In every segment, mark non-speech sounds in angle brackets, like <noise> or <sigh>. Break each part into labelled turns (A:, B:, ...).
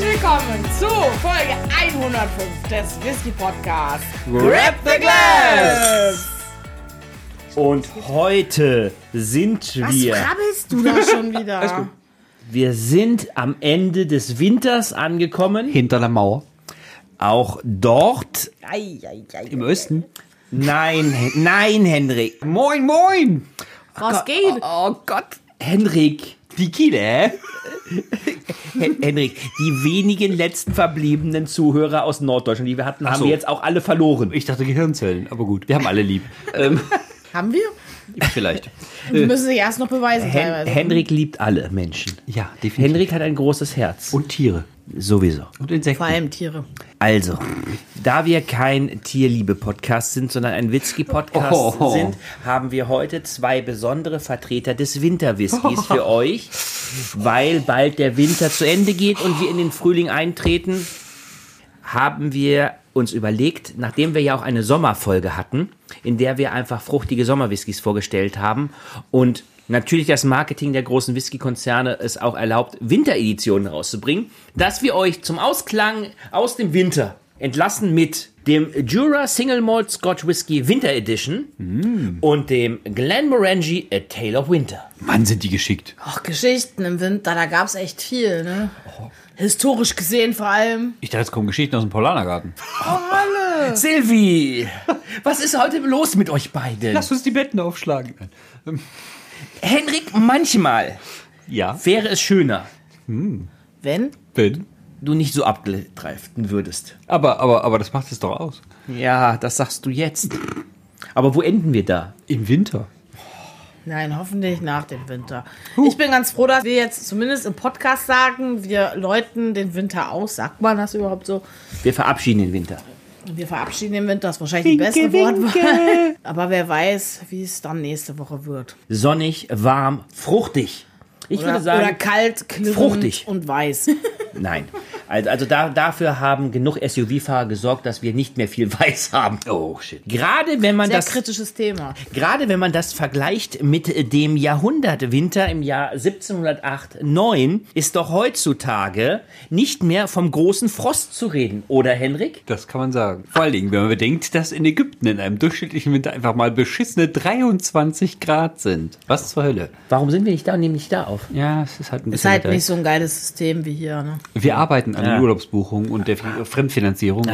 A: willkommen zu Folge 105 des Whisky Podcasts.
B: Grab the Glass! Und heute sind
A: Was
B: wir.
A: krabbelst du da schon wieder?
B: Wir sind am Ende des Winters angekommen.
C: hinter der Mauer.
B: Auch dort.
A: Ei, ei, ei,
C: Im
A: ei.
C: Osten.
B: Nein, Hen- nein, Henrik.
C: Moin, moin!
A: Was geht?
C: Oh Gott.
B: Henrik.
C: Die Kide, hä?
B: Hen Henrik, die wenigen letzten verbliebenen Zuhörer aus Norddeutschland, die wir hatten, haben
C: so.
B: wir jetzt auch alle verloren.
C: Ich dachte Gehirnzellen, aber gut, wir haben alle lieb. ähm,
A: Haben wir?
C: vielleicht.
A: Wir müssen sich erst noch beweisen
B: Äh. Hen
A: teilweise.
B: Henrik liebt alle Menschen.
C: <laughs> Ja, definitiv.
B: Henrik hat ein großes Herz.
C: Und Tiere.
B: sowieso.
C: Und Insekten.
A: Vor allem Tiere.
B: Also, da wir kein Tierliebe-Podcast sind, sondern ein Whisky-Podcast
C: Oh.
B: sind, haben wir heute zwei besondere Vertreter des Winterwhiskys für euch, weil bald der Winter zu Ende geht und wir in den Frühling eintreten, haben wir uns überlegt, nachdem wir ja auch eine Sommerfolge hatten, in der wir einfach fruchtige Sommerwhiskys vorgestellt haben und natürlich das Marketing der großen Whisky-Konzerne es auch erlaubt, Wintereditionen rauszubringen, dass wir euch zum Ausklang aus dem Winter entlassen mit dem Jura Single Malt Scotch Whisky Winter Edition und dem Glenmorangie A Tale of Winter.
C: Mann, sind die geschickt.
A: Ach, Geschichten im Winter, da gab's echt viel, ne? Historisch gesehen vor allem.
C: Ich dachte, es kommen Geschichten aus dem <laughs> Paulanergarten.
B: Silvi, was ist heute los mit euch beiden?
C: uns die Betten aufschlagen.
B: Henrik, manchmal
C: Ja,
B: wäre es schöner,
A: Wenn?
C: bin.
B: du nicht so abgedreiften würdest.
C: Aber, aber, aber das macht es doch aus.
B: Ja, das sagst du jetzt. Aber wo enden wir da?
C: Im Winter.
A: Nein, hoffentlich nach dem Winter. Ich bin ganz froh, dass wir jetzt zumindest im Podcast sagen, wir läuten den Winter aus. Sagt man das überhaupt so?
B: Wir verabschieden den Winter.
A: Und wir verabschieden den Winter, das ist wahrscheinlich die beste Wortwahl. <laughs> Aber wer weiß, wie es dann nächste Woche wird.
B: Sonnig, warm, fruchtig. Ich
A: Oder,
B: würde sagen,
A: oder kalt, klirrend
B: fruchtig.
A: und
B: <laughs>
A: weiß.
B: nein. Also, also da, dafür haben genug SUV-Fahrer gesorgt, dass wir nicht mehr viel <laughs> weiß haben.
C: Oh, shit.
B: Gerade wenn man
A: Sehr
B: das
A: kritisches Thema.
B: Gerade wenn man das vergleicht mit dem Jahrhundertwinter im Jahr 1708-9, ist doch heutzutage nicht mehr vom großen Frost zu reden, oder Henrik?
C: Das kann man sagen. Vor allen Dingen, wenn man bedenkt, dass in Ägypten in einem durchschnittlichen Winter einfach mal beschissene 23 Grad sind. Was zur Hölle?
B: Warum sind wir nicht da und nehmen nicht da auf?
C: Ja, es ist halt ein
A: Ist
C: bisschen.
A: halt
C: winterlich.
A: nicht so ein geiles System wie hier. Ne?
C: Wir arbeiten an
B: Ja.
C: den Urlaubsbuchungen und der Fi- Fremdfinanzierung.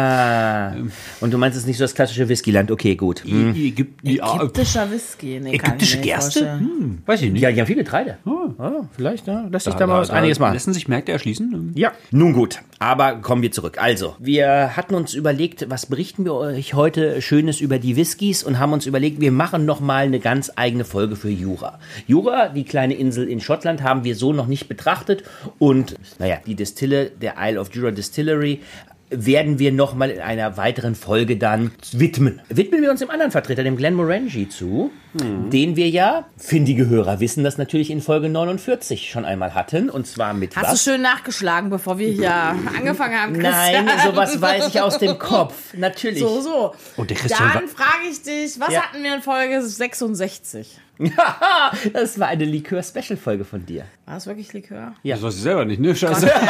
B: Ah. Und du meinst, es ist nicht so das klassische Whiskyland? Okay, gut.
C: Die Ägypten, die
B: Oh.
A: Ägyptischer Whisky. Nee, kann ich
C: ägyptische
A: mir nicht
C: Gerste?
A: vorstellen.
C: Hm, weiß ich nicht.
B: Ja, die haben viel Getreide. Ah, vielleicht, ja. Lass dich da, mal was einiges machen.
C: Lassen sich Märkte erschließen.
B: Ja. Mhm. Nun gut, aber kommen wir zurück. Also, wir hatten uns überlegt, was berichten wir euch heute Schönes über die Whiskys und haben uns überlegt, wir machen nochmal eine ganz eigene Folge für Jura. Jura, die kleine Insel in Schottland, haben wir so noch nicht betrachtet und, naja, die Distille, der Isle of Jura Distillery, werden wir nochmal in einer weiteren Folge dann widmen. Widmen wir uns dem anderen Vertreter, dem Glenmorangie, zu,
A: Mhm.
B: den wir ja, findige Hörer wissen das natürlich, in Folge 49 schon einmal hatten, und zwar mit
A: Hast
B: was?
A: du schön nachgeschlagen, bevor wir
B: <laughs>
A: hier angefangen haben, Christian?
B: Nein,
A: <laughs>
B: sowas weiß ich aus dem Kopf. Natürlich.
A: So, so.
C: Und der Christian
A: Dann
C: wa-
A: frage ich dich, was
B: Ja.
A: hatten wir in Folge 66?
B: <laughs> das war eine Likör-Special-Folge von dir.
A: War das wirklich Likör?
B: Ja.
C: Das weiß ich selber nicht, ne? Scheiße. <laughs>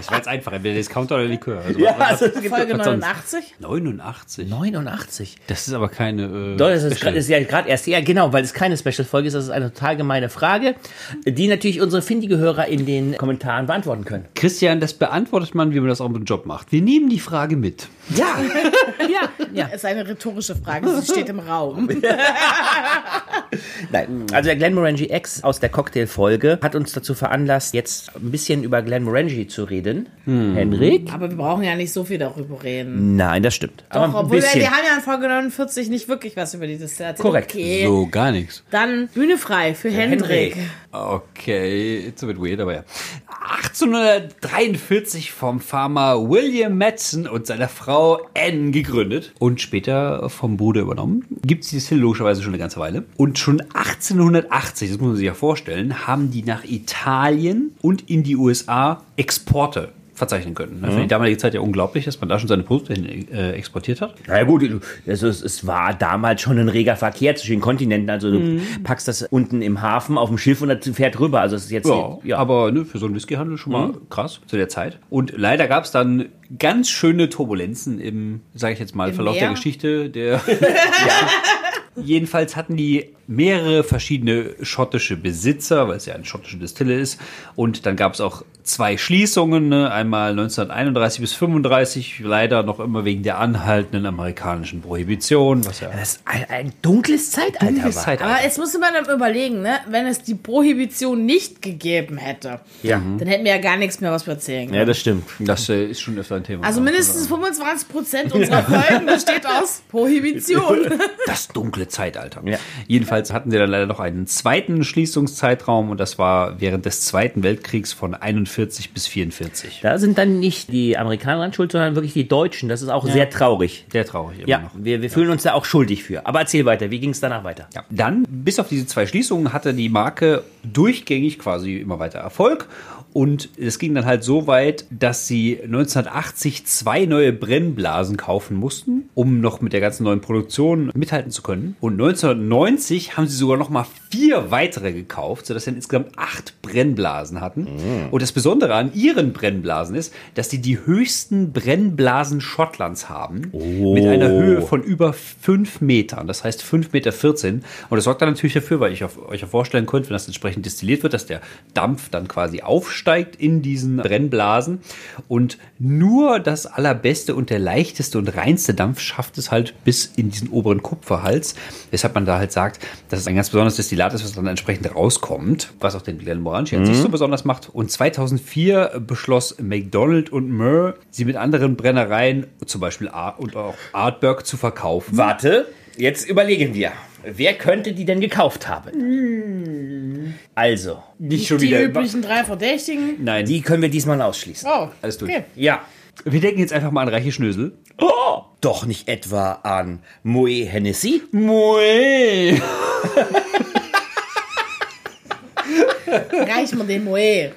C: Es war jetzt einfach, entweder Discounter oder Likör. Also was-
A: Folge
C: was sonst?
A: 89?
C: 89.
B: 89.
C: Das ist aber keine. Äh,
B: Doch, das ist,
C: Special.
B: grad- ist ja gerade erst. Ja, genau, weil es keine Special-Folge ist. Das ist eine total gemeine Frage, die natürlich unsere findige Hörer in den Kommentaren beantworten können.
C: Christian, das beantwortet man, wie man das auch im Job macht. Wir nehmen die Frage mit.
B: Ja. ja. ja.
A: <laughs> Ist eine rhetorische Frage, sie steht im Raum.
B: <laughs> Nein. Also der Glenmorangie X aus der Cocktail-Folge hat uns dazu veranlasst, jetzt ein bisschen über Glenmorangie zu reden. Henrik?
A: Aber wir brauchen ja nicht so viel darüber reden.
B: Hm. Nein, das stimmt. Doch,
A: Auch obwohl wir, wir haben ja in Folge 49 nicht wirklich was über dieses Jahr erzählt.
B: Korrekt.
A: Okay.
C: So, gar nichts.
A: Dann Bühne frei für Hendrik.
B: Hendrik.
C: Okay, it's a bit weird, aber ja. 1843 vom Farmer William Madsen und seiner Frau Anne gegründet und später vom Bruder übernommen. Gibt es die Distille logischerweise schon eine ganze Weile. Und schon 1880, das muss man sich ja vorstellen, haben die nach Italien und in die USA Exporte verzeichnen können. Ne? Für die damalige Zeit ja unglaublich, dass man da schon seine Produkte hin, äh, exportiert hat.
B: Na ja, gut, also es, es war damals schon ein reger Verkehr zwischen den Kontinenten. Also du packst das unten im Hafen auf dem Schiff und das fährt rüber. Also es ist jetzt
C: Ja,
B: ja.
C: aber ne, für so einen Whiskyhandel schon mal
A: Mhm.
C: krass zu der Zeit. Und leider gab es dann ganz schöne Turbulenzen im, sage ich jetzt mal,
A: Im
C: Verlauf
A: Meer?
C: der Geschichte.
A: <laughs>
C: Der, ja. Jedenfalls hatten die mehrere verschiedene schottische Besitzer, weil es ja eine schottische Distille ist. Und dann gab es auch zwei Schließungen, ne? einmal 1931 bis 35, leider noch immer wegen der anhaltenden amerikanischen Prohibition, was ja
B: das ist ein, ein dunkles Zeitalter war.
A: Aber jetzt muss man dann überlegen, ne? wenn es die Prohibition nicht gegeben hätte,
B: Ja. Mhm.
A: dann hätten wir ja gar nichts mehr, was wir erzählen.
B: ja, das stimmt.
C: Das äh, ist schon öfter ein Thema.
A: Also mindestens
B: <laughs>
A: 25% unserer Folgen besteht aus Prohibition.
C: das dunkle Zeitalter.
B: Ja.
C: Jedenfalls hatten sie dann leider noch einen zweiten Schließungszeitraum und das war während des Zweiten Weltkriegs von 41 bis 44.
B: Da sind dann nicht die Amerikaner an schuld, sondern wirklich die Deutschen. Das ist auch sehr traurig.
C: Der traurig immer
B: Ja,
C: noch.
B: wir, wir fühlen uns da auch schuldig für. Aber erzähl weiter, wie ging es danach weiter?
C: Ja. Dann, bis auf diese zwei Schließungen, hatte die Marke durchgängig quasi immer weiter Erfolg. Und es ging dann halt so weit, dass sie 1980 zwei neue Brennblasen kaufen mussten, um noch mit der ganzen neuen Produktion mithalten zu können. Und 1990 haben sie sogar noch mal vier weitere gekauft, sodass sie dann insgesamt acht Brennblasen hatten. Und das Besondere an ihren Brennblasen ist, dass sie die höchsten Brennblasen Schottlands haben. Mit einer Höhe von über 5 Metern, das heißt 5,14 Meter. Und das sorgt dann natürlich dafür, weil ich auf, euch ja vorstellen könnt, wenn das entsprechend destilliert wird, dass der Dampf dann quasi aufsteigt in diesen Brennblasen. Und nur das allerbeste und der leichteste und reinste Dampf schafft es halt bis in diesen oberen Kupferhals. Weshalb man da halt sagt, dass es ein ganz besonderes Destillat ist, was dann entsprechend rauskommt, was auch den Glenmorangie an sich so besonders macht. Und 2004 beschloss McDonald und Murr, sie mit anderen Brennereien, zum Beispiel Ar und auch Artberg, zu verkaufen.
B: Warte, jetzt überlegen wir. Wer könnte die denn gekauft haben? Also,
C: Nicht
A: Die üblichen drei Verdächtigen.
C: Nein,
B: die können wir diesmal ausschließen.
A: Oh,
C: Alles durch.
A: Okay.
B: Ja.
C: wir denken jetzt einfach mal an Reiche Schnösel.
B: Doch nicht etwa an Moe Hennessy?
C: Moe!
A: Reich mal den Moe.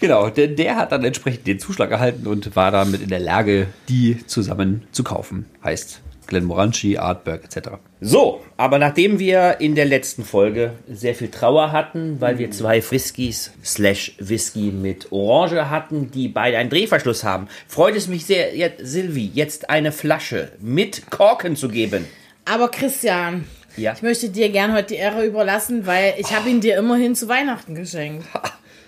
C: Genau, denn der hat dann entsprechend den Zuschlag erhalten und war damit in der Lage, die zusammen zu kaufen. Heißt Glenmorangie, Artberg etc.
B: So, aber nachdem wir in der letzten Folge sehr viel Trauer hatten, weil wir zwei Whiskys slash Whisky mit Orange hatten, die beide einen Drehverschluss haben, freut es mich sehr, jetzt, Silvi, jetzt eine Flasche mit Korken zu geben.
A: Aber Christian,
B: Ja.
A: ich möchte dir gern heute die Ehre überlassen, weil ich habe ihn dir immerhin zu Weihnachten geschenkt.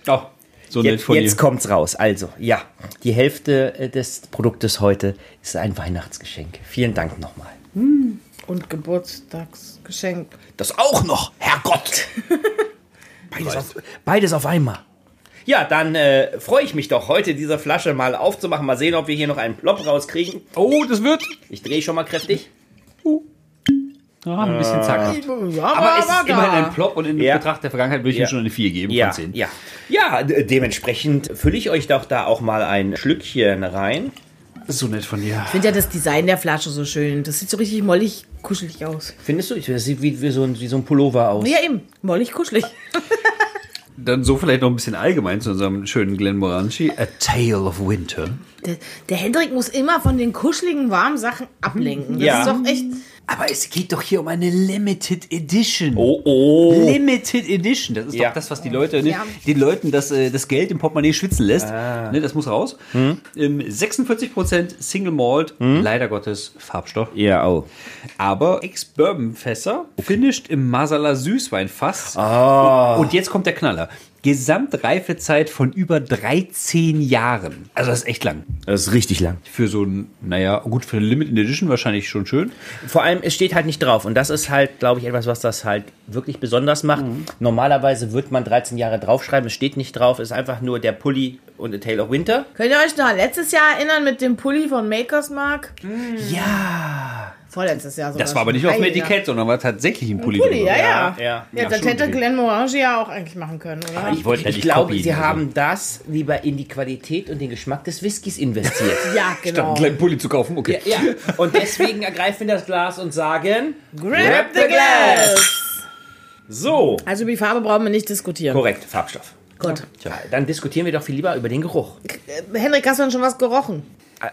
C: Oh, so nett
B: Jetzt,
C: von
B: jetzt
C: dir.
B: kommt's raus. Also, ja, die Hälfte äh, des Produktes heute ist ein Weihnachtsgeschenk. Vielen Dank nochmal.
A: Und Geburtstagsgeschenk.
B: Das auch noch, Herrgott! <laughs> beides, auf, beides auf einmal. Ja, dann äh, freue ich mich doch, heute diese Flasche mal aufzumachen. Mal sehen, ob wir hier noch einen Plop rauskriegen.
C: Oh, das wird.
B: Ich drehe schon mal kräftig.
C: Ah, ein bisschen zackhaft.
A: Ja,
B: Aber es ist
A: da.
C: Immerhin ein Plop und in
B: Ja.
C: Betracht der Vergangenheit würde ich
B: Ja.
C: ihm schon eine 4 geben von 10.
B: ja. ja de- dementsprechend fülle ich euch doch da auch mal ein Schlückchen rein.
C: So nett von dir.
A: Ich finde ja das Design der Flasche so schön. Das sieht so richtig mollig, kuschelig aus.
B: Findest du? Ich- Das sieht wie, wie, so, ein, wie so ein Pullover aus.
A: Ah, Ja, eben. Mollig, kuschelig.
C: Dann so vielleicht noch ein bisschen allgemein zu unserem schönen Glenmorangie. A Tale of Winter.
A: Der, der Hendrik muss immer von den kuscheligen, warmen Sachen ablenken. Das
B: Ja.
A: ist doch echt.
C: Aber es geht doch hier um eine Limited Edition.
B: Oh, oh.
C: Limited Edition. Das ist
B: Ja.
C: doch das, was die Leute, ne,
A: Ja.
C: den Leuten das, äh, das Geld im Portemonnaie schwitzen lässt.
B: Ah.
C: Ne, das muss raus.
B: Hm.
C: Ähm, 46% Single Malt, leider Gottes Farbstoff.
B: Ja, oh.
C: Aber Ex-Bourbon-Fässer, finished im Masala Süßweinfass.
B: Ah.
C: Und jetzt kommt der Knaller. Gesamtreifezeit von über 13 Jahren. Also das ist echt lang.
B: Das ist richtig lang.
C: Für so ein, naja, gut, für eine Limited Edition wahrscheinlich schon schön.
B: Vor allem, es steht halt nicht drauf. Und das ist halt, glaube ich, etwas, was das halt wirklich besonders macht. Normalerweise wird man 13 Jahre draufschreiben, es steht nicht drauf, es ist einfach nur der Pulli und A Tale of Winter.
A: Könnt ihr euch noch an letztes Jahr erinnern mit dem Pulli von Makers Mark?
B: Ja.
A: Vorletztes Jahr sogar.
C: Das war aber nicht
A: schon.
C: auf dem
A: Ei, ja.
C: Etikett, sondern war tatsächlich ein Pulli.
A: Pulli,
C: drüber.
A: ja, ja.
B: Ja, ja.
A: Ja, Ah,
B: Ja,
A: das
C: schon
A: hätte
C: richtig.
A: Glenn Morange ja auch eigentlich machen können, oder?
C: Ich wollte ja
B: Ich
C: nicht
B: glaube,
C: kopieren,
B: sie
C: also.
B: haben das lieber in die Qualität und den Geschmack des Whiskys investiert. <laughs>
A: Ja,
C: Statt
A: genau.
C: einen kleinen Pulli zu kaufen, okay.
B: ja, ja. Und deswegen ergreifen wir das Glas und sagen,
A: Grab the glass!
B: so.
A: Also über die Farbe brauchen wir nicht diskutieren.
B: Korrekt, Farbstoff.
A: Gut.
B: Tja, dann diskutieren wir doch viel lieber über den Geruch.
A: Henrik, hast du denn schon was gerochen?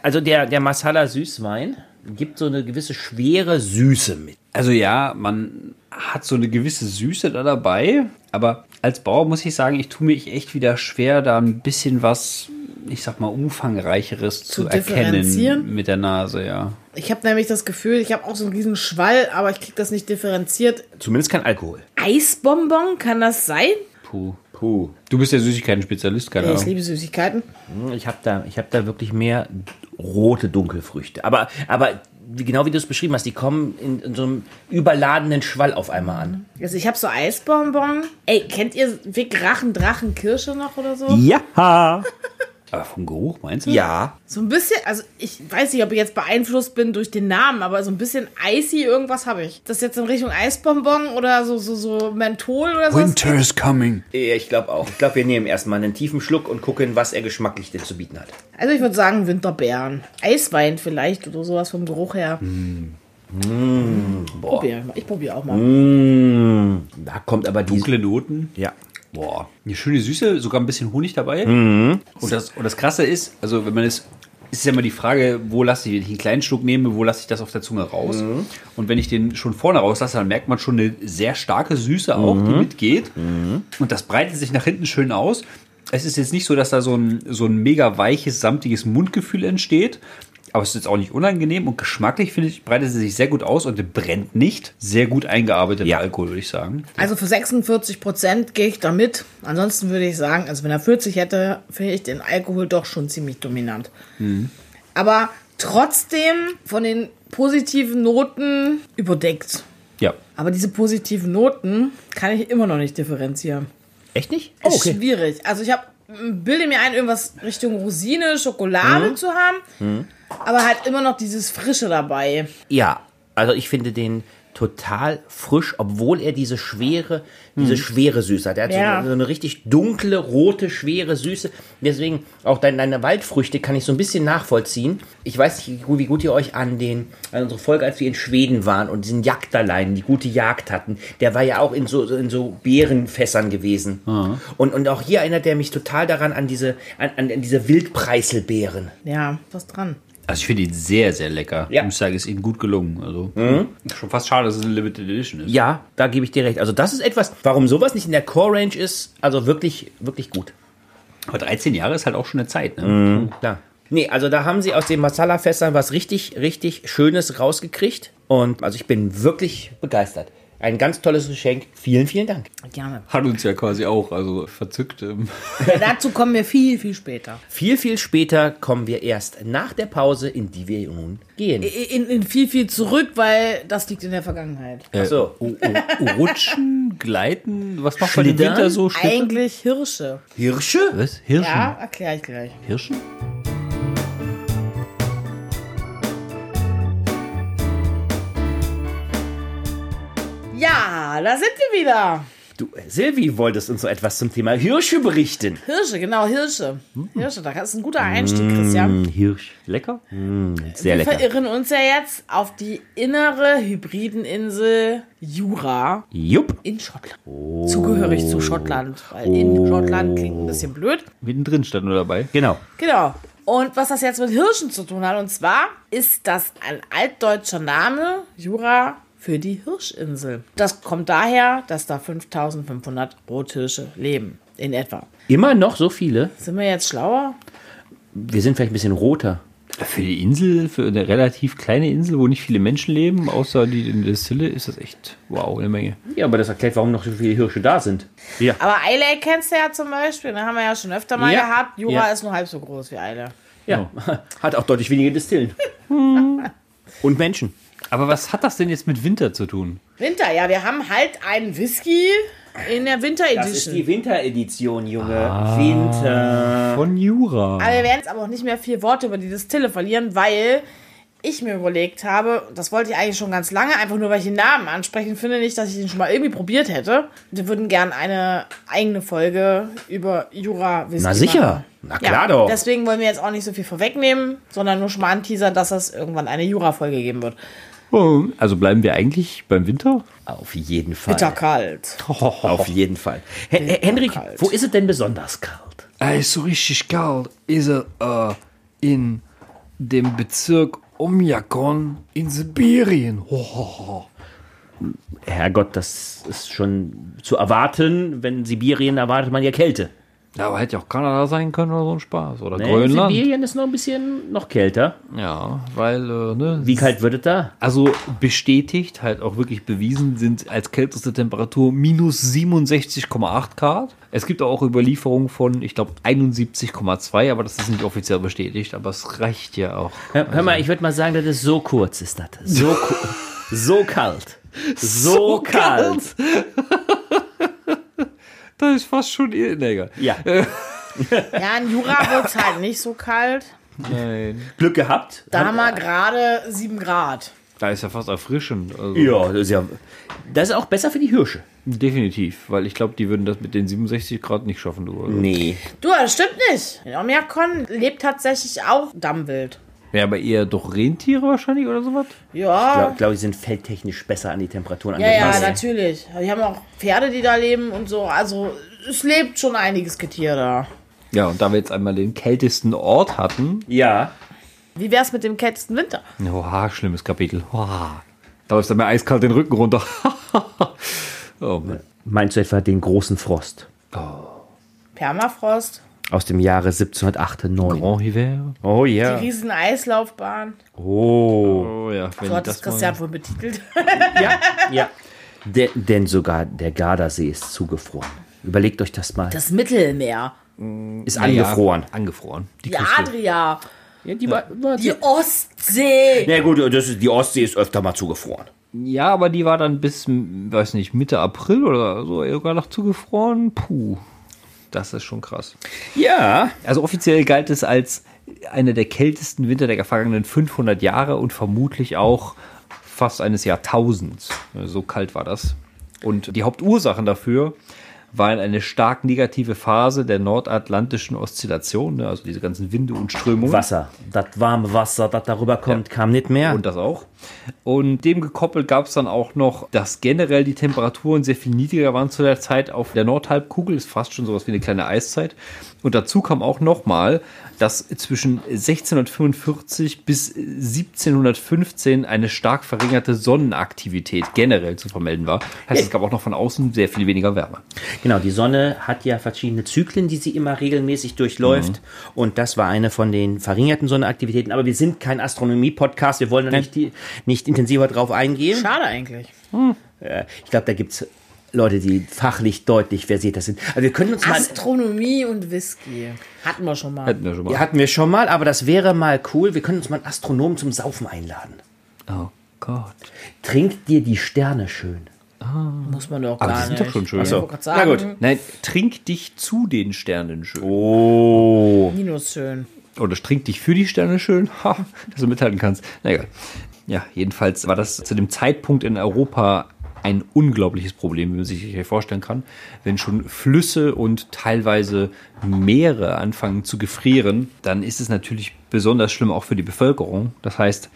B: Also der, der Masala Süßwein gibt so eine gewisse schwere Süße mit.
C: Also ja, man hat so eine gewisse Süße da dabei, aber als Bauer muss ich sagen, ich tue mich echt wieder schwer, da ein bisschen was, ich sag mal, umfangreicheres zu, erkennen
A: differenzieren?
C: mit der Nase, ja.
A: Ich habe nämlich das Gefühl, ich habe auch so einen riesen Schwall, aber ich krieg das nicht differenziert.
B: Zumindest kein Alkohol.
A: Eisbonbon, kann das sein?
C: Puh.
B: Puh.
C: Du bist ja Süßigkeiten-Spezialist, keine
A: Ich
C: Ahnung.
A: liebe Süßigkeiten.
B: Ich habe da, ich hab da wirklich mehr rote Dunkelfrüchte. Aber, aber wie, genau wie du es beschrieben hast, die kommen in, in so einem überladenen Schwall auf einmal an.
A: Also ich habe so Eisbonbon. Ey, kennt ihr Wick Rachen, Drachen, Kirsche noch oder so?
B: Hm.
C: Ja. Aber vom Geruch meinst du?
B: Ja.
A: So ein bisschen, also ich weiß nicht, ob ich jetzt beeinflusst bin durch den Namen, aber so ein bisschen icy irgendwas habe ich. Das jetzt in Richtung Eisbonbon oder so, so, so Menthol oder so.
C: is coming.
B: Ich glaube auch. Ich glaube, wir nehmen erstmal einen tiefen Schluck und gucken, was er geschmacklich denn zu bieten hat.
A: Also ich würde sagen Winterbeeren. Eiswein vielleicht oder sowas vom Geruch her. Probier ich mal. Ich probiere auch mal.
B: Da kommt aber die.
C: Dunkle Noten.
B: Ja.
C: Boah, eine schöne Süße, sogar ein bisschen Honig dabei. Und, das, und das Krasse ist, also wenn man es, ist ja immer die Frage, wo lasse ich, wenn ich einen kleinen Schluck nehme, wo lasse ich das auf der Zunge raus? Und wenn ich den schon vorne rauslasse, dann merkt man schon eine sehr starke Süße auch, die mitgeht. Und das breitet sich nach hinten schön aus. Es ist jetzt nicht so, dass da so ein, so ein mega weiches, samtiges Mundgefühl entsteht. Aber es ist jetzt auch nicht unangenehm und geschmacklich, finde ich, breitet sie sich sehr gut aus und brennt nicht. Sehr gut eingearbeiteter
B: Ja.
C: Alkohol, würde ich sagen.
A: Also für 46 Prozent gehe ich damit. Ansonsten würde ich sagen, also wenn er 40 hätte, finde ich den Alkohol doch schon ziemlich dominant. Aber trotzdem von den positiven Noten überdeckt.
C: Ja.
A: Aber diese positiven Noten kann ich immer noch nicht differenzieren.
B: Echt nicht?
A: Ist schwierig. Also ich habe bilde mir ein, irgendwas Richtung Rosine, Schokolade zu haben, aber halt immer noch dieses Frische dabei.
B: Ja, also ich finde den total frisch, obwohl er diese schwere, diese schwere Süße hat. Er hat so,
A: Ja.
B: eine, so eine richtig dunkle, rote, schwere Süße. Deswegen auch deine, deine Waldfrüchte kann ich so ein bisschen nachvollziehen. Ich weiß nicht, wie gut- wie gut ihr euch an den an unsere Folge, als wir in Schweden waren und diesen Jagderlein, die gute Jagd hatten, der war ja auch in so so- in so Beerenfässern gewesen. Und und auch hier erinnert er mich total daran an diese an, an, an diese Wildpreiselbeeren.
A: Ja, was dran.
C: Also ich finde ihn sehr, sehr lecker.
B: Ja.
C: Ich muss sagen, ist ihm gut gelungen. Also schon fast schade, dass es eine Limited Edition ist.
B: Ja, da gebe ich dir recht. Also das ist etwas, warum sowas nicht in der Core Range ist, also wirklich, wirklich gut.
C: Aber 13 Jahre ist halt auch schon eine Zeit. Ne?
B: Klar. Nee, also da haben sie aus den Masala-Fässern was richtig, richtig Schönes rausgekriegt. Und also ich bin wirklich begeistert. Ein ganz tolles Geschenk. Vielen, vielen Dank.
A: Gerne.
C: Hat uns ja quasi auch, also verzückt. ähm.
A: Ja, dazu kommen wir viel, viel später.
B: Viel, viel später kommen wir erst nach der Pause, in die wir nun gehen.
A: in, in viel, viel zurück, weil das liegt in der Vergangenheit.
B: Achso.
C: Oh, oh, Rutschen, gleiten, was macht man im
B: Schlittern?
C: Winter so? Schlittern?
A: Eigentlich Hirsche.
B: Hirsche?
C: Was? Hirschen?
A: Ja, erkläre ich gleich.
C: Hirschen?
A: Ja, da sind wir wieder.
B: Du, Silvi, wolltest uns so etwas zum Thema Hirsche berichten.
A: Hirsche, genau, Hirsche. Hirsche, da ist ein guter Einstieg, Christian.
C: Hirsch. Lecker?
B: Sehr
A: Wir
B: lecker.
A: verirren uns ja jetzt auf die innere Hybrideninsel Jura
B: Jupp.
A: in Schottland. Zugehörig zu Schottland, weil in Schottland klingt ein bisschen blöd.
C: Mittendrin stand nur dabei.
B: Genau.
A: Genau. Und was das jetzt mit Hirschen zu tun hat, und zwar ist das ein altdeutscher Name, Jura, für die Hirschinsel. Das kommt daher, dass da 5500 Rothirsche leben, in etwa.
B: Immer noch so viele.
A: Sind wir jetzt schlauer?
B: Wir sind vielleicht ein bisschen roter.
C: Für die Insel, für eine relativ kleine Insel, wo nicht viele Menschen leben, außer die in der Distille, ist das echt, wow, eine Menge.
B: Ja, aber das erklärt, warum noch so viele Hirsche da sind.
C: Ja.
A: Aber Eile kennst du ja zum Beispiel, da haben wir ja schon öfter mal
B: Ja.
A: gehabt. Jura
B: Ja.
A: ist nur halb so groß wie Eile.
B: Ja, <laughs> hat auch deutlich weniger Distillen. Genau. <laughs> Und Menschen.
C: Aber was hat das denn jetzt mit Winter zu tun?
A: Winter, ja, wir haben halt einen Whisky in der Winter
B: Das ist
A: Edition.
B: die Winteredition, Junge. Winter.
C: Von Jura.
A: Aber wir werden jetzt aber auch nicht mehr viel Worte über die Distille verlieren, weil ich mir überlegt habe, das wollte ich eigentlich schon ganz lange, einfach nur weil ich den Namen ansprechen finde, nicht, dass ich den schon mal irgendwie probiert hätte. Wir würden gern eine eigene Folge über Jura wissen.
B: Na sicher. Na klar doch.
A: Deswegen wollen wir jetzt auch nicht so viel vorwegnehmen, sondern nur schon mal anteasern, dass es irgendwann eine Jura-Folge geben wird.
D: Oh, Also bleiben wir eigentlich beim Winter?
B: Auf jeden Fall.
A: Bitterkalt.
B: Auf jeden Fall. Hen- Hen- Henrik,
A: kalt.
B: wo ist es denn besonders kalt?
C: Er ist so richtig kalt. Ist er äh, in dem Bezirk Omjakon in Sibirien. Hohoho.
B: Herrgott, das ist schon zu erwarten. Wenn Sibirien erwartet man ja Kälte.
C: Ja, aber hätte ja auch Kanada sein können oder so ein Spaß. Oder
B: Ne?
C: Grönland.
B: Sibirien ist noch ein bisschen noch kälter.
C: Ja, weil, äh, ne?
B: Wie kalt wird es da?
D: Also
C: bestätigt,
D: halt auch wirklich bewiesen sind als kälteste Temperatur minus 67,8 Grad. Es gibt auch Überlieferungen von, ich glaube, 71,2, aber das ist nicht offiziell bestätigt, aber es reicht ja auch.
B: Hör, hör mal, ich würde mal sagen, dass es so kurz ist das. So, ku- <laughs> so kalt. So, kalt.
C: <laughs> Das ist fast schon ihr. Nee, egal.
B: Ja.
A: Ja, in Jura wird
B: <laughs>
A: es halt nicht so kalt.
C: Nein.
B: Glück gehabt.
A: Da haben wir gerade 7 Grad.
C: Da ist ja fast erfrischend. Also,
B: Ja, das ist ja. Das ist auch besser für die Hirsche.
C: Definitiv, weil ich glaube, die würden das mit den 67 Grad nicht schaffen. Du.
B: Nee.
A: Du, das stimmt nicht. In Omiakon lebt tatsächlich auch Dammwild.
C: Ja, aber eher doch Rentiere wahrscheinlich oder sowas?
B: Ich
A: Ja,
B: glaube, glaub, die sind feldtechnisch besser an die Temperaturen
A: ja, ja,
B: angepasst.
A: natürlich. Die haben auch Pferde, die da leben und so. Also, es lebt schon einiges Getier da.
C: Ja, und da wir jetzt einmal den kältesten Ort hatten.
B: ja.
A: Wie wär's mit dem kältesten Winter?
C: Oha, schlimmes Kapitel. Oha. Da läuft mir eiskalt den Rücken runter. <laughs> oh Mann.
B: Meinst du etwa den großen Frost
A: Permafrost,
B: aus dem Jahre 1798?
C: Grand Hiver.
B: Oh ja.
A: die riesen Eislaufbahn.
B: Oh.
C: Oh ja, wenn
A: Du
C: die
A: hattest Christian wohl betitelt.
B: Ja, ja. De, denn sogar der Gardasee ist zugefroren. Überlegt euch das mal.
A: Das Mittelmeer,
B: ist
C: Ah, Ja,
B: angefroren.
C: angefroren. Die
A: die Adria,
B: Ja, die war, war
A: die Ostsee.
B: Na gut, das ist, die Ostsee ist öfter mal zugefroren.
C: Ja, aber die war dann bis, m, weiß nicht, Mitte April oder so sogar noch zugefroren. Puh. Das ist schon krass.
B: Ja.
C: Also offiziell galt es als einer der kältesten Winter der vergangenen 500 Jahre und vermutlich auch fast eines Jahrtausends. So kalt war das. Und die Hauptursachen dafür waren eine stark negative Phase der nordatlantischen Oszillation, ne, also diese ganzen Winde und Strömungen.
B: Wasser. Das warme Wasser, das darüber kommt, kam nicht mehr.
C: <laughs> Und das auch. Und dem gekoppelt gab es dann auch noch, dass generell die Temperaturen sehr viel niedriger waren zu der Zeit auf der Nordhalbkugel. Ist fast schon sowas wie eine kleine Eiszeit. Und dazu kam auch nochmal, dass zwischen 1645 bis 1715 eine stark verringerte Sonnenaktivität generell zu vermelden war. Heißt,
A: Äh.
C: es gab auch noch von außen sehr viel weniger Wärme.
B: genau, die Sonne hat ja verschiedene Zyklen, die sie immer regelmäßig durchläuft.
A: Mhm.
B: Und das war eine von den verringerten Sonnenaktivitäten. Aber wir sind kein Astronomie-Podcast. Wir wollen da nicht, die, nicht intensiver drauf eingehen.
A: Schade eigentlich.
B: Äh, Ich glaube, da gibt es Leute, die fachlich deutlich versierter sind. Also wir können uns mal...
A: Astronomie und Whisky. Hatten wir schon mal.
C: Hatten wir schon mal.
B: Die hatten wir schon mal, aber das wäre mal cool. Wir können uns mal einen Astronomen zum Saufen einladen.
C: Oh Gott.
B: Trink dir die Sterne schön.
A: Muss man doch
C: Aber
A: gar
C: die sind
A: nicht.
C: doch schon schön.
A: Ich wollte gerade sagen,
C: Nein, trink dich zu den Sternen schön.
B: Oh.
A: Minus schön.
C: oder strink dich für die Sterne schön, <laughs> ha, dass du mithalten kannst. Na egal. Ja, jedenfalls war das zu dem Zeitpunkt in Europa ein unglaubliches Problem, wie man sich hier vorstellen kann, wenn schon Flüsse und teilweise Meere anfangen zu gefrieren, dann ist es natürlich besonders schlimm auch für die Bevölkerung. Das heißt,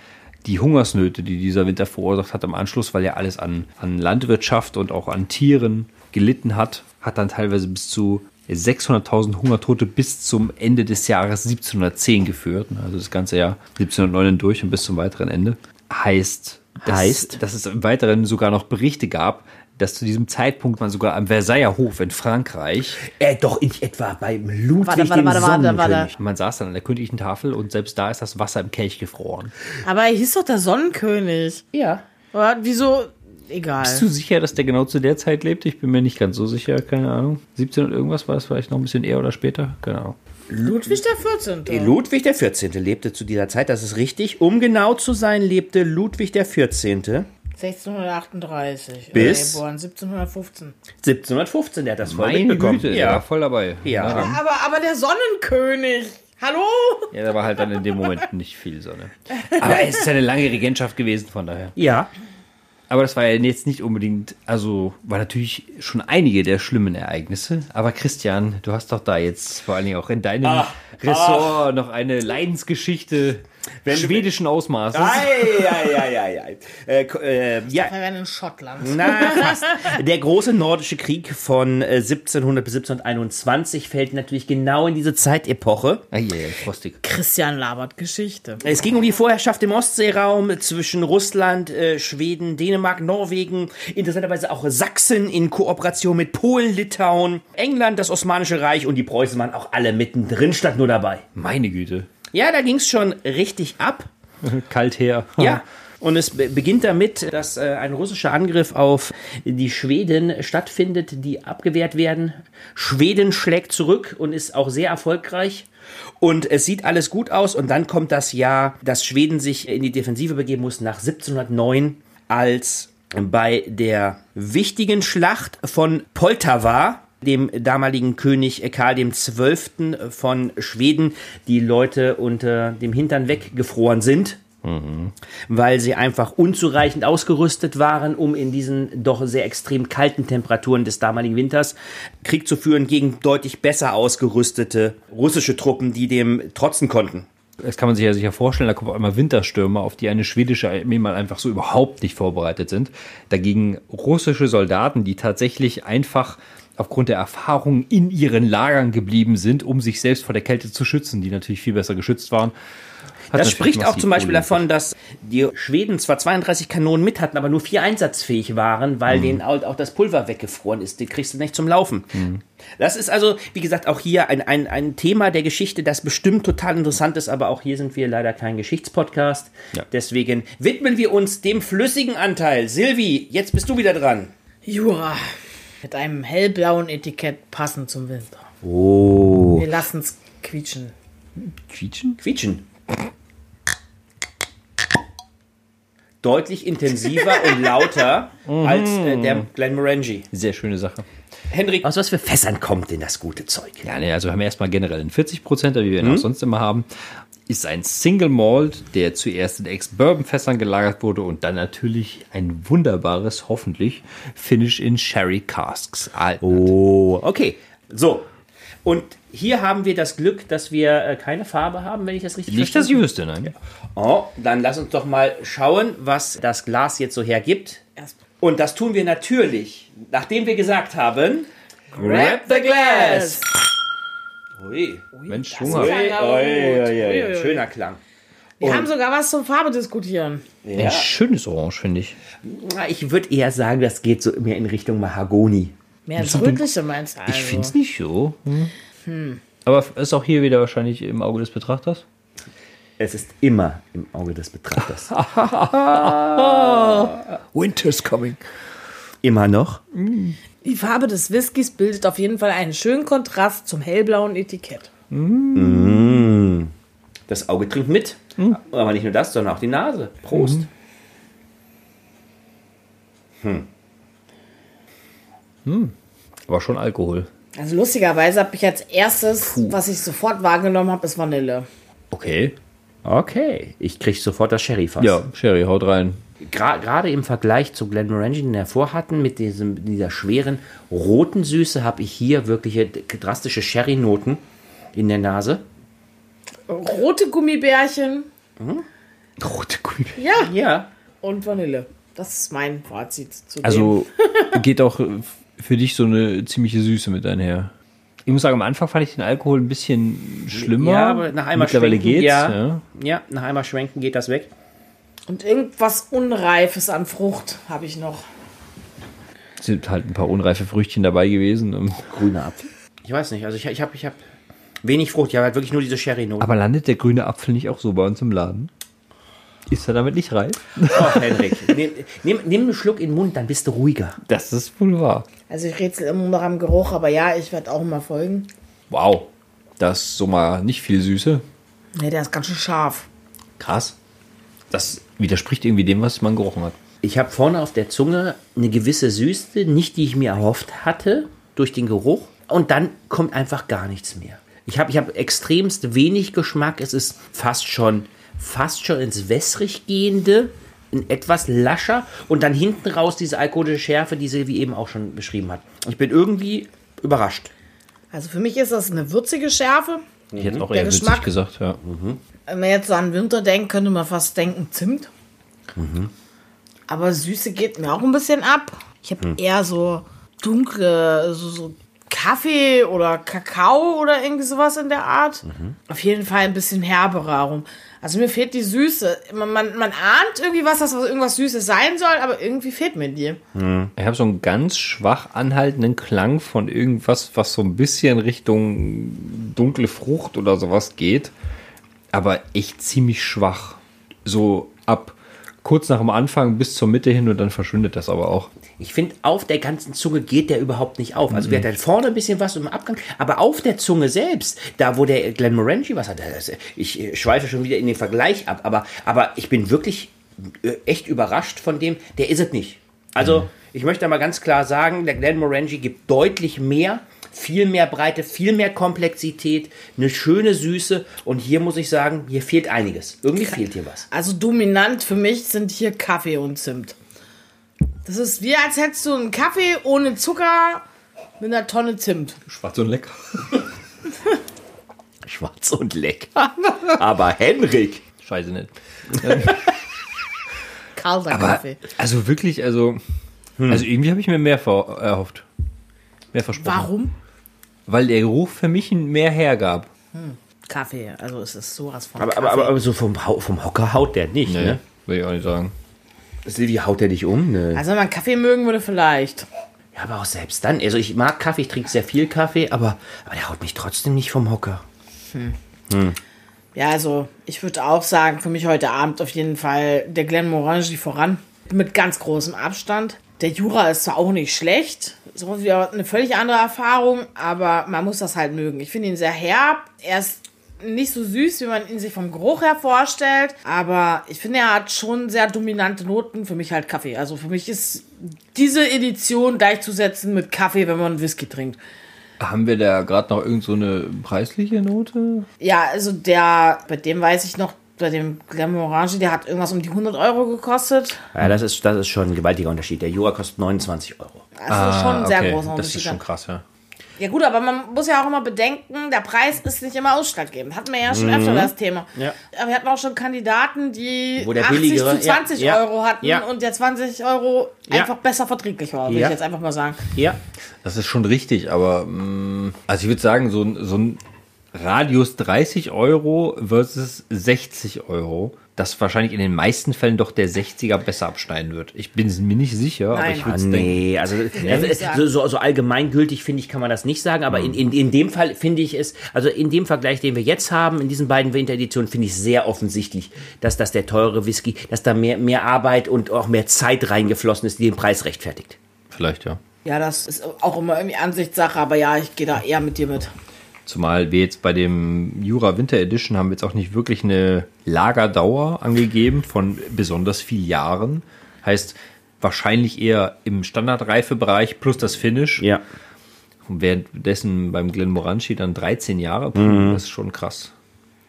C: die Hungersnöte, die dieser Winter verursacht hat im Anschluss, weil ja alles an, an Landwirtschaft und auch an Tieren gelitten hat, hat dann teilweise bis zu 600.000 Hungertote bis zum Ende des Jahres 1710 geführt. Also das ganze Jahr 1709 hindurch und bis zum weiteren Ende. Heißt, dass,
B: Heißt?
C: dass es im Weiteren sogar noch Berichte gab, dass zu diesem Zeitpunkt man sogar am Versailler Hof in Frankreich
B: Äh, doch nicht etwa beim
A: Warte,
B: Ludwig
A: warte,
B: dem
A: warte, warte,
B: Sonnenkönig.
A: warte.
C: man saß dann an der königlichen Tafel und selbst da ist das Wasser im Kelch gefroren.
A: Aber er hieß doch der Sonnenkönig.
B: Ja.
A: Oder wieso? Egal.
C: Bist du sicher, dass der genau zu der Zeit lebt? Ich bin mir nicht ganz so sicher, keine Ahnung. 17 und irgendwas war es vielleicht noch ein bisschen eher oder später, keine Ahnung.
A: Ludwig der 14.
B: Ludwig der 14. lebte zu dieser Zeit, das ist richtig. Um genau zu sein, lebte Ludwig der 14.
A: 1638.
B: Bis?
A: Äh, geboren 1715.
B: 1715, der hat das voll
C: Meine
B: mitbekommen.
C: Güte, der war
B: ja.
C: voll dabei.
B: Ja.
C: Na,
A: Aber, aber der Sonnenkönig. Hallo?
C: Ja, da war halt dann in dem Moment nicht viel Sonne. <laughs> Aber es ist ja eine lange Regentschaft gewesen, von daher.
B: ja.
C: Aber das war ja jetzt nicht unbedingt, also war natürlich schon einige der schlimmen Ereignisse. Aber Ah, Christian, du Ah. hast doch da jetzt vor allen Dingen auch in deinem Ressort noch eine Leidensgeschichte schwedischen Ausmaßes.
B: Ei, ei, ei, ei, ei. Äh, ko- äh, ja,
A: Wir wären in Schottland.
B: na, fast. Der große nordische Krieg von äh, 1700 bis 1721 fällt natürlich genau in diese Zeitepoche.
C: Ei, ei, ei, Ah, frostig.
A: Christian labert Geschichte.
B: Es ging um die Vorherrschaft im Ostseeraum zwischen Russland, äh, Schweden, Dänemark, Norwegen, interessanterweise auch Sachsen in Kooperation mit Polen, Litauen, England, das Osmanische Reich und die Preußen waren auch alle mittendrin, statt nur dabei.
C: Meine Güte.
B: Ja, da ging's schon richtig ab.
C: Kalt her.
B: Ja. Und es be- beginnt damit, dass äh, ein russischer Angriff auf die Schweden stattfindet, die abgewehrt werden. Schweden schlägt zurück und ist auch sehr erfolgreich. Und es sieht alles gut aus. Und dann kommt das Jahr, dass Schweden sich in die Defensive begeben muss nach 1709, als bei der wichtigen Schlacht von Poltawa, dem damaligen König Karl XII. von Schweden, die Leute unter dem Hintern weggefroren sind weil sie einfach unzureichend ausgerüstet waren, um in diesen doch sehr extrem kalten Temperaturen des damaligen Winters Krieg zu führen gegen deutlich besser ausgerüstete russische Truppen, die dem trotzen konnten.
C: Das kann man sich ja sicher vorstellen, da kommen auch immer Winterstürme, auf die eine schwedische Armee mal einfach so überhaupt nicht vorbereitet sind. Dagegen russische Soldaten, die tatsächlich einfach aufgrund der Erfahrung in ihren Lagern geblieben sind, um sich selbst vor der Kälte zu schützen, die natürlich viel besser geschützt waren. Hat
B: Das
C: natürlich
B: spricht auch
C: massiv
B: zum Beispiel
C: Probleme.
B: davon, dass die Schweden zwar 32 Kanonen mit hatten, aber nur vier einsatzfähig waren,
C: Mhm.
B: weil denen halt auch auch das Pulver weggefroren ist. Die kriegst du nicht zum Laufen.
C: Mhm.
B: Das ist also, wie gesagt, auch hier ein, ein, ein Thema der Geschichte, das bestimmt total interessant ist, aber auch hier sind wir leider kein Geschichtspodcast.
C: Ja.
B: Deswegen widmen wir uns dem flüssigen Anteil. Silvi, jetzt bist du wieder dran.
A: Jura. Mit einem hellblauen Etikett passend zum Winter.
B: Oh.
A: Wir lassen's quietschen.
C: Quietschen?
B: Quietschen. Deutlich intensiver und
C: <laughs>
B: lauter
C: Mhm.
B: als äh, der Glenmorangie.
C: Sehr schöne Sache.
B: Henrik, aus was für Fässern kommt denn das gute Zeug?
C: Ja, nee, also haben wir erstmal generell einen 40 Prozent, wie wir ihn auch sonst immer haben. Ist ein Single Malt, der zuerst in Ex-Bourbon-Fässern gelagert wurde und dann natürlich ein wunderbares, hoffentlich, Finish in Sherry Casks Ah, erhalten hat.
B: Oh, okay. So. Und hier haben wir das Glück, dass wir äh, keine Farbe haben, wenn ich das richtig
C: Nicht, dass ich wüsste, nein.
B: Oh, dann lass uns doch mal schauen, was das Glas jetzt so hergibt.
A: Erst
B: Und das tun wir natürlich, nachdem wir gesagt haben.
C: Grab
B: the glass! Ui.
C: Mensch,
A: Ui,
C: Hunger.
A: ui, ui, ui.
B: Schöner Klang.
A: Wir haben sogar was zum Farbe diskutieren.
C: Ein schönes Orange, finde ich.
B: Na, Ich würde eher sagen, das geht so mehr in Richtung Mahagoni.
A: Mehr als rötliche meinst du also.
C: Ich finde es nicht so. hm. Aber ist auch hier wieder wahrscheinlich im Auge des Betrachters.
B: Es ist immer im Auge des Betrachters.
C: Winter's coming.
B: immer noch?
A: Die Farbe des Whiskys bildet auf jeden Fall einen schönen Kontrast zum hellblauen Etikett.
B: Das Auge trinkt mit. Aber nicht nur das, sondern auch die Nase. Prost. Hm.
C: Aber schon Alkohol.
A: Also lustigerweise habe ich als erstes,
B: Puh.
A: was ich sofort wahrgenommen habe, ist Vanille.
C: Okay.
B: Okay, ich kriege sofort das Sherry-Fass.
C: Ja, Sherry, haut rein.
B: Gra- gerade im Vergleich zu Glenmorangie, den wir davor hatten, mit diesem, dieser schweren roten Süße, habe ich hier wirkliche d- drastische Sherry-Noten in der Nase.
A: Rote Gummibärchen,
C: Rote Gummibärchen.
A: ja,
B: Ja.
A: und Vanille. Das ist mein Fazit zu dem.
C: Also <laughs> geht auch für dich so eine ziemliche Süße mit einher. Ich muss sagen, am Anfang fand ich den Alkohol ein bisschen schlimmer.
B: Ja, aber nach einmal
C: Mittlerweile
B: schwenken,
C: geht's.
B: ja.
C: ja.
B: Ja, nach einmal schwenken geht das weg.
A: Und irgendwas Unreifes an Frucht habe ich noch.
C: Es sind halt ein paar unreife Früchtchen dabei gewesen. ähm.
B: <laughs> Grüner Apfel. Ich weiß nicht, also ich, ich habe ich hab wenig Frucht, ich habe halt wirklich nur diese Sherry-Noten.
C: Aber landet der grüne Apfel nicht auch so bei uns im Laden? Ist er damit nicht reif?
B: Oh, Henrik, nimm, nimm, nimm einen Schluck in den Mund, dann bist du ruhiger.
C: Das ist wohl wahr.
A: Also ich rätsel immer noch am Geruch, aber ja, ich werde auch mal folgen.
C: Wow. Das ist so mal nicht viel Süße.
A: Ne, der ist ganz schön scharf.
C: Krass. Das widerspricht irgendwie dem, was man gerochen hat.
B: Ich habe vorne auf der Zunge eine gewisse Süße, nicht die ich mir erhofft hatte, durch den Geruch. Und dann kommt einfach gar nichts mehr. Ich habe ich hab extremst wenig Geschmack. Es ist fast schon, fast schon ins Wässrig gehende, ein etwas lascher. Und dann hinten raus diese alkoholische Schärfe, die Silvi eben auch schon beschrieben hat. Ich bin irgendwie überrascht.
A: Also für mich ist das eine würzige Schärfe.
C: Ich hätte auch
A: Der
B: Mhm.
C: eher witzig
A: Geschmack-
C: gesagt, ja.
A: Wenn man jetzt so an Winter denkt, könnte man fast denken Zimt. Aber Süße geht mir auch ein bisschen ab. Ich habe eher so dunkle, so, so Kaffee oder Kakao oder irgendwie sowas in der Art. Auf jeden Fall ein bisschen herberer Aromen. Also mir fehlt die Süße. Man, man, man ahnt irgendwie was, dass was irgendwas Süßes sein soll, aber irgendwie fehlt mir die.
C: Ich habe so einen ganz schwach anhaltenden Klang von irgendwas, was so ein bisschen Richtung dunkle Frucht oder sowas geht. Aber echt ziemlich schwach. So ab kurz nach dem Anfang bis zur Mitte hin und dann verschwindet das aber auch.
B: Ich finde, auf der ganzen Zunge geht der überhaupt nicht auf. Also, wir hatten vorne ein bisschen was im Abgang, aber auf der Zunge selbst, da wo der Glenmorangie was hat, das, ich äh, schweife schon wieder in den Vergleich ab, aber, aber ich bin wirklich äh, echt überrascht von dem, der ist es nicht. Also, ich möchte mal ganz klar sagen, der Glenmorangie gibt deutlich mehr, viel mehr Breite, viel mehr Komplexität, eine schöne Süße und hier muss ich sagen, hier fehlt einiges. Irgendwie fehlt hier was.
A: Also dominant für mich sind hier Kaffee und Zimt. Das ist wie als hättest du einen Kaffee ohne Zucker mit einer Tonne Zimt.
C: Schwarz und lecker.
B: Schwarz und lecker. <laughs> Aber Henrik.
C: Scheiße nicht.
A: Kalter
C: Aber,
A: Kaffee.
C: also wirklich, also, also irgendwie habe ich mir mehr ver erhofft. Mehr versprochen.
A: Warum?
C: Weil der Geruch für mich mehr hergab.
A: Kaffee. Also es ist sowas von
B: Aber,
A: Kaffee.
B: aber, aber, aber so vom, Hau- vom Hocker haut der nicht, ne?
C: Will ich auch nicht sagen.
B: Silvi haut er dich um? Ne?
A: also wenn man Kaffee mögen würde, vielleicht.
B: Ja, aber auch selbst dann. Also ich mag Kaffee, ich trinke sehr viel Kaffee, aber, aber der haut mich trotzdem nicht vom Hocker.
A: Ja, also ich würde auch sagen, für mich heute Abend auf jeden Fall der Glenmorangie voran. Mit ganz großem Abstand. Der Jura ist zwar auch nicht schlecht, so wie eine völlig andere Erfahrung, aber man muss das halt mögen. Ich finde ihn sehr herb. Er ist nicht so süß, wie man ihn sich vom Geruch her vorstellt, aber ich finde, er hat schon sehr dominante Noten. Für mich halt Kaffee. Also für mich ist diese Edition gleichzusetzen mit Kaffee, wenn man Whisky trinkt.
C: Haben wir da gerade noch irgend so eine preisliche Note?
A: Ja, also der, bei dem weiß ich noch, bei dem Glamorange, der hat irgendwas um die 100 Euro gekostet.
B: Ja, das ist, das ist schon ein gewaltiger Unterschied. Der Jura kostet 29 Euro.
A: Also
B: Ah,
A: schon ein sehr großer
C: Ah, Das ist
A: Unterschied.
C: schon krass, ja.
A: Ja gut, aber man muss ja auch immer bedenken, der Preis ist nicht immer ausschlaggebend. Hatten wir ja
B: Mhm.
A: schon öfter das Thema.
B: Ja.
A: Aber wir hatten auch schon Kandidaten, die
B: Wo der
A: 80
B: billigere-
A: zu 20
B: ja, ja,
A: Euro hatten
B: ja.
A: und der 20 Euro
B: Ja.
A: einfach besser verträglich war, würde
B: Ja.
A: ich jetzt einfach mal sagen.
B: Ja.
C: Das ist schon richtig, aber mm, also ich würde sagen, so, ein- so ein Radius 30 Euro versus 60 Euro, das wahrscheinlich in den meisten Fällen doch der 60er besser abschneiden wird. Ich bin mir nicht sicher, aber
A: Nein.
C: ich
B: Ah,
C: würde es denken.
B: nee, also, also es, so, so, so allgemeingültig finde ich, kann man das nicht sagen, aber in, in, in dem Fall finde ich es, also in dem Vergleich, den wir jetzt haben, in diesen beiden Wintereditionen, finde ich sehr offensichtlich, dass das der teure Whisky, dass da mehr, mehr Arbeit und auch mehr Zeit reingeflossen ist, die den Preis rechtfertigt.
C: Vielleicht, ja.
A: Ja, das ist auch immer irgendwie Ansichtssache, aber ja, ich gehe da eher mit dir mit.
C: Zumal wir jetzt bei dem Jura Winter Edition haben wir jetzt auch nicht wirklich eine Lagerdauer angegeben von besonders viel Jahren. Heißt wahrscheinlich eher im Standardreifebereich plus das Finish.
B: Ja.
C: Und währenddessen beim Glenmorangie dann 13 Jahre. Puh, Das ist schon krass.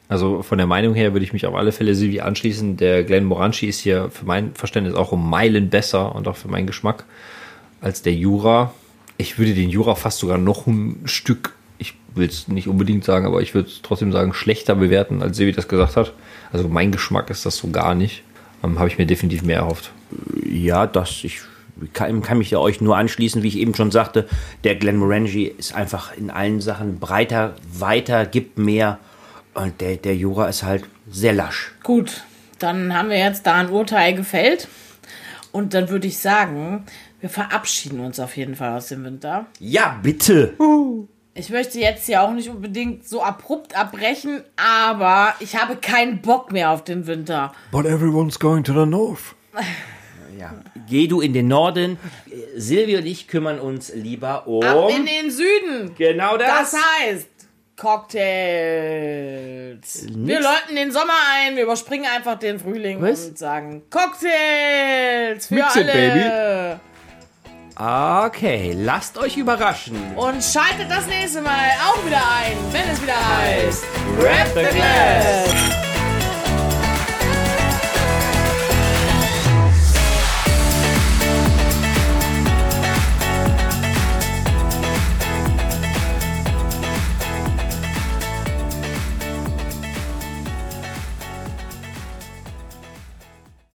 C: Also von der Meinung her würde ich mich auf alle Fälle Silvi anschließen. Der Glenmorangie ist hier für mein Verständnis auch um Meilen besser und auch für meinen Geschmack als der Jura. Ich würde den Jura fast sogar noch ein Stück, ich will es nicht unbedingt sagen, aber ich würde es trotzdem sagen, schlechter bewerten, als Silvi das gesagt hat. Also mein Geschmack ist das so gar nicht. Ähm, Habe ich mir definitiv mehr erhofft.
B: Ja, das, ich kann, kann mich ja euch nur anschließen, wie ich eben schon sagte, der Glenmorangie ist einfach in allen Sachen breiter, weiter, gibt mehr und der, der Jura ist halt sehr lasch.
A: Gut, dann haben wir jetzt da ein Urteil gefällt. Und dann würde ich sagen, wir verabschieden uns auf jeden Fall aus dem Winter.
B: Ja, bitte!
A: Ich möchte jetzt hier auch nicht unbedingt so abrupt abbrechen, aber ich habe keinen Bock mehr auf den Winter.
E: But everyone's going to the north.
B: Geh du in den Norden. Silvio und ich kümmern uns lieber um.
A: Ab in den Süden.
B: genau das.
A: Das heißt Cocktails. Wir läuten den Sommer ein, wir überspringen einfach den Frühling
B: Was?
A: und sagen Cocktails für
C: Mix it,
A: alle.
B: okay, lasst euch überraschen.
A: Und schaltet das nächste Mal auch wieder ein, wenn es wieder heißt
B: Rap the Glass.
A: Glass.